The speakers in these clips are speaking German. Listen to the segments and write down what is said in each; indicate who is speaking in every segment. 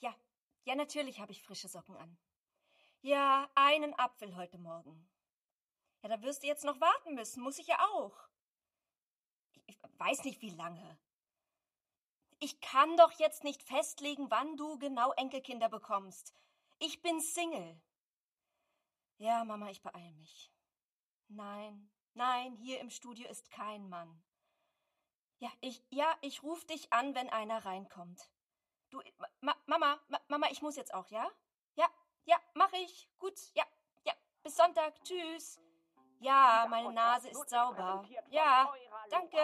Speaker 1: Ja, ja, natürlich habe ich frische Socken an. Ja, einen Apfel heute Morgen. Ja, da wirst du jetzt noch warten müssen, muss ich ja auch. Ich weiß nicht, wie lange. Ich kann doch jetzt nicht festlegen, wann du genau Enkelkinder bekommst. Ich bin Single. Ja, Mama, ich beeil mich. Nein, nein, hier im Studio ist kein Mann. Ja, ich, ja, ich ruf dich an, wenn einer reinkommt. Du, Ma Mama, Ma Mama, ich muss jetzt auch, ja? Ja, ja, mach ich. Gut, ja, ja. Bis Sonntag, tschüss. Ja, meine Nase ist sauber. Ja, danke.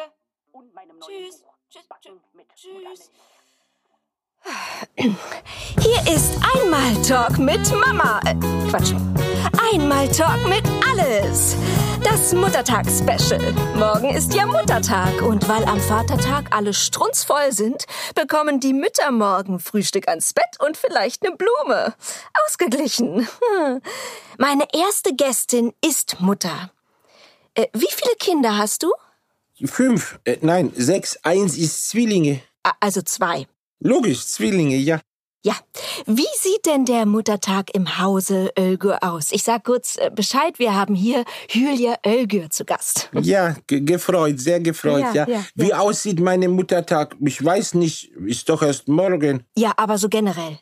Speaker 1: Tschüss, tschüss, tschüss, tschüss.
Speaker 2: Hier ist Einmal Talk mit Mama. Äh, Quatsch. Einmal Talk mit alles. Das Muttertag-Special. Morgen ist ja Muttertag und weil am Vatertag alle strunzvoll sind, bekommen die Mütter morgen Frühstück ans Bett und vielleicht eine Blume. Ausgeglichen. Hm. Meine erste Gästin ist Mutter. Äh, wie viele Kinder hast du?
Speaker 3: Fünf, äh, nein, sechs, eins ist Zwillinge.
Speaker 2: A- Also zwei.
Speaker 3: Logisch, Zwillinge, ja.
Speaker 2: Ja, wie sieht denn der Muttertag im Hause Ölgür aus? Ich sag kurz äh, Bescheid, wir haben hier Julia Ölgür zu Gast.
Speaker 3: Ja, ge gefreut, sehr gefreut,
Speaker 2: Ja,
Speaker 3: ja.
Speaker 2: ja,
Speaker 3: Wie aussieht meine Muttertag? Ich weiß nicht, ist doch erst morgen.
Speaker 2: Ja, aber so generell.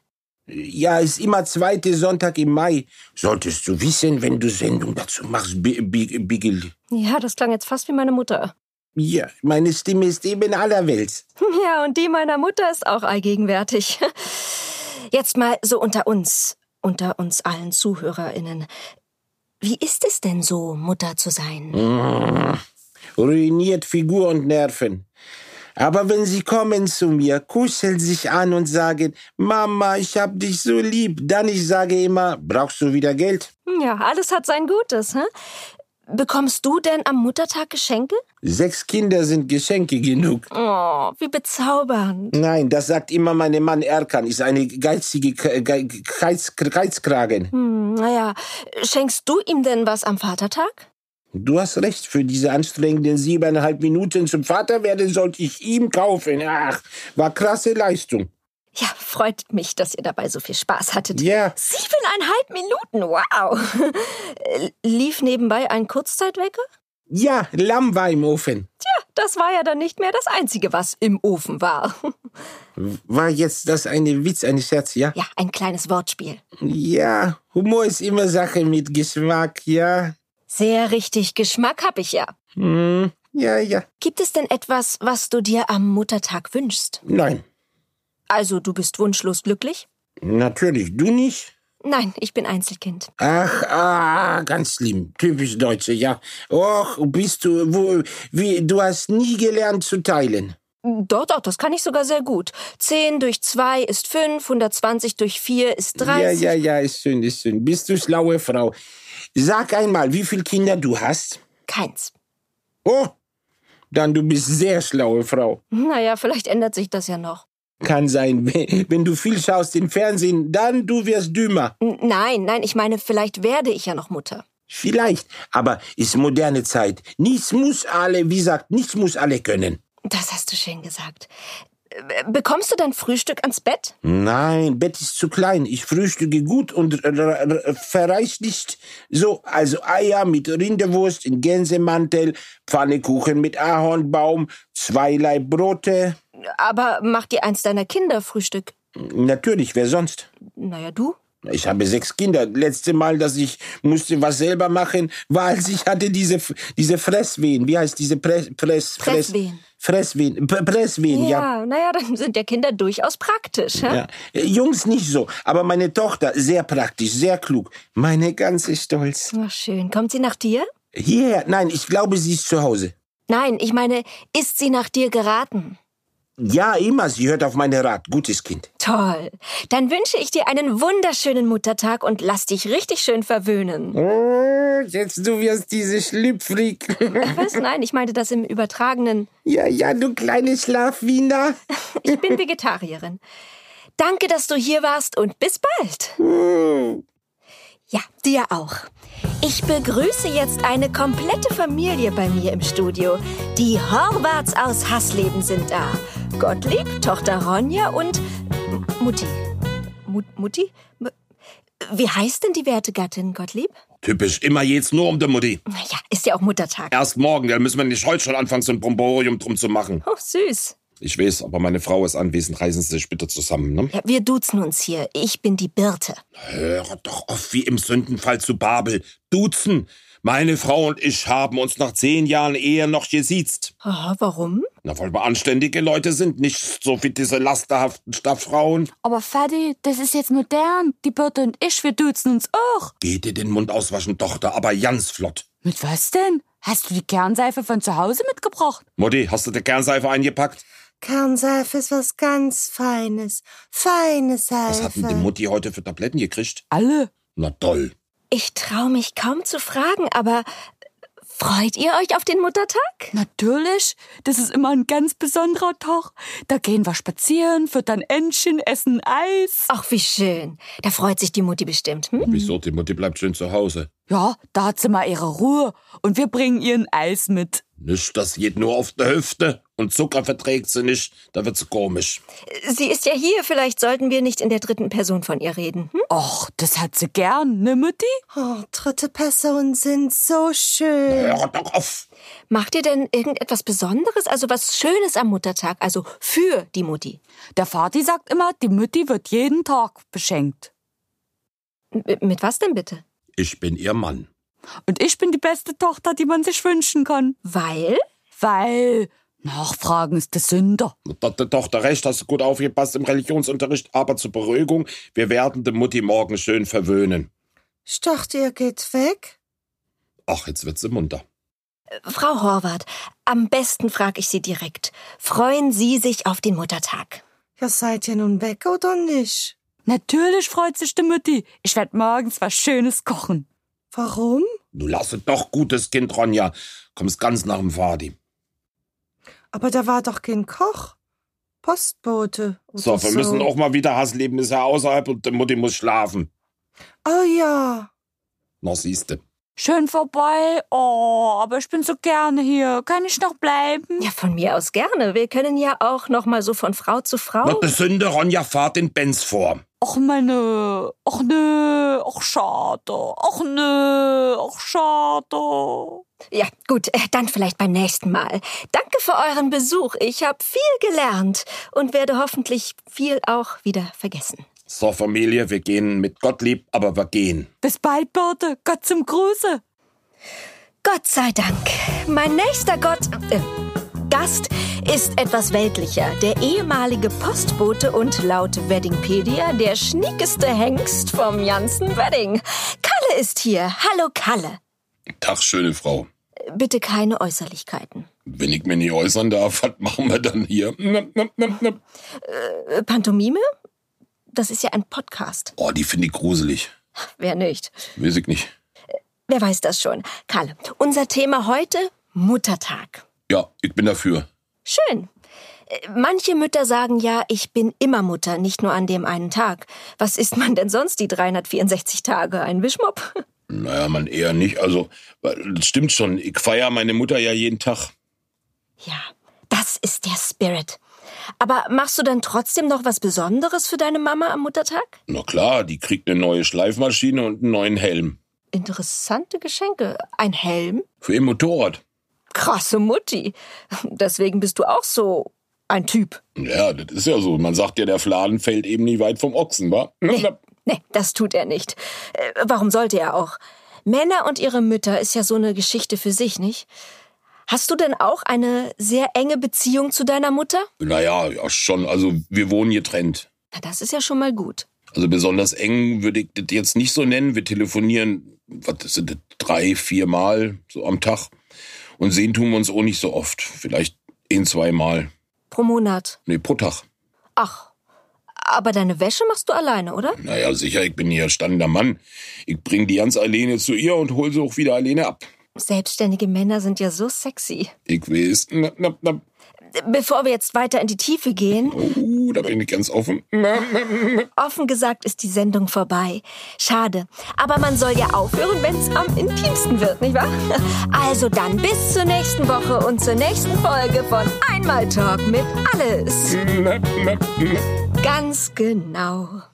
Speaker 3: Ja, ist immer zweite Sonntag im Mai. Solltest du wissen, wenn du Sendung dazu machst, Bi- Bi- Bigel.
Speaker 2: Ja, das klang jetzt fast wie meine Mutter.
Speaker 3: Ja, meine Stimme ist eben allerwelts.
Speaker 2: Ja, und die meiner Mutter ist auch allgegenwärtig. Jetzt mal so unter uns, unter uns allen ZuhörerInnen. Wie ist es denn so, Mutter zu sein?
Speaker 3: Ruiniert Figur und Nerven. Aber wenn sie kommen zu mir, kuscheln sich an und sagen, Mama, ich hab dich so lieb, dann ich sage immer, brauchst du wieder Geld?
Speaker 2: Ja, alles hat sein Gutes, hä? Bekommst du denn am Muttertag Geschenke?
Speaker 3: Sechs Kinder sind Geschenke genug.
Speaker 2: Oh, wie bezaubernd.
Speaker 3: Nein, das sagt immer mein Mann Erkan, ist eine geizige K- Ge- Geiz, Geizkragen.
Speaker 2: Hm, naja, schenkst du ihm denn was am Vatertag?
Speaker 3: Du hast recht, für diese anstrengenden siebeneinhalb Minuten zum Vater werden sollte ich ihm kaufen. Ach, war krasse Leistung.
Speaker 2: Ja, freut mich, dass ihr dabei so viel Spaß hattet.
Speaker 3: Ja,
Speaker 2: Siebeneinhalb Minuten, wow. Äh, Lief nebenbei ein Kurzzeitwecker?
Speaker 3: ja, Lamm war im Ofen.
Speaker 2: Tja, das war ja dann nicht mehr das Einzige, was im Ofen war.
Speaker 3: War jetzt das eine Witz, eine Scherz, ja?
Speaker 2: Ja, ein kleines Wortspiel.
Speaker 3: Ja, Humor ist immer Sache mit Geschmack, ja.
Speaker 2: Sehr richtig, Geschmack hab ich ja.
Speaker 3: Hm, ja, ja.
Speaker 2: Gibt es denn etwas, was du dir am Muttertag wünschst?
Speaker 3: Nein,
Speaker 2: Also, du bist wunschlos glücklich?
Speaker 3: natürlich, du nicht.
Speaker 2: Nein, ich bin Einzelkind.
Speaker 3: Ach, ah, ganz schlimm. Typisch Deutsche, ja. Och, bist du, wo, wie, du hast nie gelernt zu teilen.
Speaker 2: Doch, doch, das kann ich sogar sehr gut. 10 durch 2 ist 5, 120 durch 4 ist 30.
Speaker 3: Ja, ja, ja, ist schön, ist schön. Bist du schlaue Frau. Sag einmal, wie viele Kinder du hast?
Speaker 2: Keins.
Speaker 3: Oh, dann du bist sehr schlaue Frau.
Speaker 2: Naja, vielleicht ändert sich das ja noch.
Speaker 3: Kann sein, we- wenn du viel schaust im Fernsehen, dann du wirst dümmer.
Speaker 2: N nein, nein, ich meine, vielleicht werde ich ja noch Mutter.
Speaker 3: Vielleicht, aber ist moderne Zeit. Nichts muss alle, wie sagt, nichts muss alle können.
Speaker 2: Das hast du schön gesagt. Äh, Bekommst du dein Frühstück ans Bett?
Speaker 3: Nein, Bett ist zu klein. Ich frühstücke gut und r- r- r- verreichlicht so, also Eier mit Rinderwurst in Gänsemantel, Pfannekuchen mit Ahornbaum, zweierlei Brote.
Speaker 2: Aber macht dir eins deiner Kinder Frühstück?
Speaker 3: Natürlich, wer sonst?
Speaker 2: Naja, du?
Speaker 3: Ich habe sechs Kinder. Letzte Mal, dass ich musste was selber machen, war, als ich hatte diese, F- diese Fresswehen. Wie heißt diese Press, Press, Fress-
Speaker 2: Fresswehen.
Speaker 3: Fresswehen. P- Presswehen, ja.
Speaker 2: naja, dann sind ja Kinder durchaus praktisch. hä?
Speaker 3: Ja. Äh, Jungs nicht so, aber meine Tochter sehr praktisch, sehr klug. Meine ganze Stolz.
Speaker 2: Ach, schön. Kommt sie nach dir?
Speaker 3: Hierher, nein, ich glaube, sie ist zu Hause.
Speaker 2: Nein, ich meine, ist sie nach dir geraten?
Speaker 3: Ja, immer, sie hört auf meinen Rat. Gutes Kind.
Speaker 2: Toll. Dann wünsche ich dir einen wunderschönen Muttertag und lass dich richtig schön verwöhnen.
Speaker 3: Oh, jetzt du wirst diese Schlüpfrig.
Speaker 2: Was? Nein, ich meinte das im Übertragenen.
Speaker 3: ja, ja, du kleine Schlafwiener.
Speaker 2: Ich bin Vegetarierin. Danke, dass du hier warst und bis bald. Ja, dir auch. Ich begrüße jetzt eine komplette Familie bei mir im Studio. Die Horvats aus Hassleben sind da. Gottlieb, Tochter Ronja und M- Mutti. Mut- Mutti? M- Wie heißt denn die werte Gattin, Gottlieb?
Speaker 3: Typisch, immer jetzt nur um die Mutti.
Speaker 2: Naja, ist ja auch Muttertag.
Speaker 3: Erst morgen, dann müssen wir nicht heute schon anfangen, so ein Bromborium drum zu machen.
Speaker 2: Oh, süß.
Speaker 3: Ich weiß, aber meine Frau ist anwesend, reißen Sie sich bitte zusammen, ne?
Speaker 2: Ja, wir duzen uns hier. Ich bin die Birte.
Speaker 3: Höre doch auf wie im Sündenfall zu Babel. Duzen. Meine Frau und ich haben uns nach zehn Jahren Ehe noch gesiezt.
Speaker 2: Aha, warum?
Speaker 3: Na, weil wir anständige Leute sind, nicht so wie diese lasterhaften Stadtfrauen.
Speaker 4: Aber Fadi, das ist jetzt modern. Die Birte und ich, wir duzen uns auch.
Speaker 3: Geh dir den Mund auswaschen, Tochter, aber ganz flott.
Speaker 4: Mit was denn? Hast du die Kernseife von zu Hause mitgebracht?
Speaker 3: Mutti, hast du die Kernseife eingepackt?
Speaker 5: Kernseife ist was ganz Feines. Feine Seife.
Speaker 3: Was hat denn die Mutti heute für Tabletten gekriegt?
Speaker 4: Alle.
Speaker 3: Na toll.
Speaker 2: Ich traue mich kaum zu fragen, aber äh, freut ihr euch auf den Muttertag?
Speaker 4: Natürlich. Das ist immer ein ganz besonderer Tag. Da gehen wir spazieren, füttern Entchen, essen Eis.
Speaker 2: Ach, wie schön. Da freut sich die Mutti bestimmt. Hm?
Speaker 3: Wieso? Die Mutti bleibt schön zu Hause.
Speaker 4: Ja, da hat sie mal ihre Ruhe. Und wir bringen ihr ein Eis mit.
Speaker 3: Nicht, das geht nur auf der Hüfte. Und Zucker verträgt sie nicht, da wird's komisch.
Speaker 2: Sie ist ja hier. Vielleicht sollten wir nicht in der dritten Person von ihr reden. Hm?
Speaker 4: Och, das hat sie gern, ne Mutti?
Speaker 5: Oh, dritte Personen sind so schön.
Speaker 3: Hör doch auf.
Speaker 2: Macht ihr denn irgendetwas Besonderes? Also was Schönes am Muttertag? Also für die Mutti?
Speaker 4: Der Vati sagt immer, die Mutti wird jeden Tag beschenkt.
Speaker 2: M mit was denn bitte?
Speaker 3: Ich bin ihr Mann.
Speaker 4: Und ich bin die beste Tochter, die man sich wünschen kann.
Speaker 2: Weil?
Speaker 4: Weil Nachfragen ist der Sünder.
Speaker 3: To- to- Tochter, recht, hast du gut aufgepasst im Religionsunterricht, aber zur Beruhigung, wir werden die Mutti morgen schön verwöhnen.
Speaker 5: Ich dachte, ihr geht weg.
Speaker 3: Ach, jetzt wird sie munter.
Speaker 2: Frau Horvath, am besten frage ich Sie direkt. Freuen Sie sich auf den Muttertag?
Speaker 5: Ja, seid ihr nun weg oder nicht?
Speaker 4: Natürlich freut sich die Mutti. Ich werd morgens was Schönes kochen.
Speaker 5: Warum?
Speaker 3: Du lasse doch gutes Kind, Ronja. Kommst ganz nach dem Vati.
Speaker 5: Aber da war doch kein Koch. Postbote. Oder
Speaker 3: So, wir müssen auch mal wieder, Hassleben ist ja außerhalb und die Mutti muss schlafen.
Speaker 5: Oh ja.
Speaker 3: Na, siehste.
Speaker 4: Schön vorbei. Oh, aber ich bin so gerne hier. Kann ich noch bleiben?
Speaker 2: Ja, von mir aus gerne. Wir können ja auch noch mal so von Frau zu
Speaker 3: Na,
Speaker 2: Frau.
Speaker 3: die Sünde, Ronja, fahrt den Benz vor.
Speaker 4: Och, meine. Och, nö. Och, schade. Och, nö. Och, schade.
Speaker 2: Ja, gut, äh, dann vielleicht beim nächsten Mal. Danke für euren Besuch. Ich habe viel gelernt und werde hoffentlich viel auch wieder vergessen.
Speaker 3: So, Familie, wir gehen mit Gottlieb, aber wir gehen.
Speaker 4: Bis bald, Birte. Gott zum Gruße.
Speaker 2: Gott sei Dank. Mein nächster Gott, äh, Gast ist etwas weltlicher. Der ehemalige Postbote und laut Weddingpedia der schniekeste Hengst vom ganzen Wedding. Kalle ist hier. Hallo Kalle.
Speaker 6: Tag, schöne Frau.
Speaker 2: Bitte keine Äußerlichkeiten.
Speaker 6: Wenn ich mir nie äußern darf, was machen wir dann hier? Hm? Nap, nap, nap, nap.
Speaker 2: Äh, Pantomime? Das ist ja ein Podcast.
Speaker 6: Oh, die finde ich gruselig.
Speaker 2: Wer nicht?
Speaker 6: Weiß ich nicht.
Speaker 2: Wer weiß das schon? Kalle, unser Thema heute Muttertag.
Speaker 6: Ja, ich bin dafür.
Speaker 2: Schön. Äh, Manche Mütter sagen ja, ich bin immer Mutter, nicht nur an dem einen Tag. Was ist man denn sonst die 364 Tage? Ein Wischmopp?
Speaker 6: Naja, man eher nicht. Also, weil, das stimmt schon. Ich feiere meine Mutter ja jeden Tag.
Speaker 2: Ja, das ist der Spirit. Aber machst du dann trotzdem noch was Besonderes für deine Mama am Muttertag?
Speaker 6: Na klar, die kriegt eine neue Schleifmaschine und einen neuen Helm.
Speaker 2: Interessante Geschenke. Ein Helm?
Speaker 6: Für ihr Motorrad.
Speaker 2: Krasse Mutti. Deswegen bist du auch so ein Typ.
Speaker 6: Ja, das ist ja so. Man sagt ja, der Fladen fällt eben nie weit vom Ochsen, wa? Nap, nap.
Speaker 2: Nee, das tut er nicht. Äh, Warum sollte er auch? Männer und ihre Mütter ist ja so eine Geschichte für sich, nicht? Hast du denn auch eine sehr enge Beziehung zu deiner Mutter?
Speaker 6: Naja, ja, schon. Also, wir wohnen getrennt.
Speaker 2: Na, das ist ja schon mal gut.
Speaker 6: Also besonders eng würde ich das jetzt nicht so nennen. Wir telefonieren, was sind das, drei, vier Mal so am Tag. Und sehen tun wir uns auch nicht so oft. Vielleicht ein, zwei Mal.
Speaker 2: Pro Monat.
Speaker 6: Nee, pro Tag.
Speaker 2: Ach, aber deine Wäsche machst du alleine, oder?
Speaker 6: Naja, sicher, ich bin hier standender Mann. Ich bring die ganz alleine zu ihr und hol sie auch wieder alleine ab.
Speaker 2: Selbstständige Männer sind ja so sexy.
Speaker 6: Ich weiß, na, na, na.
Speaker 2: Bevor wir jetzt weiter in die Tiefe gehen,
Speaker 6: Oh, da bin ich ganz offen. Na, na.
Speaker 2: offen gesagt ist die Sendung vorbei. Schade. Aber man soll ja aufhören, wenn es am intimsten wird, nicht wahr? Also dann bis zur nächsten Woche und zur nächsten Folge von Einmal Talk mit Alles. Ganz genau.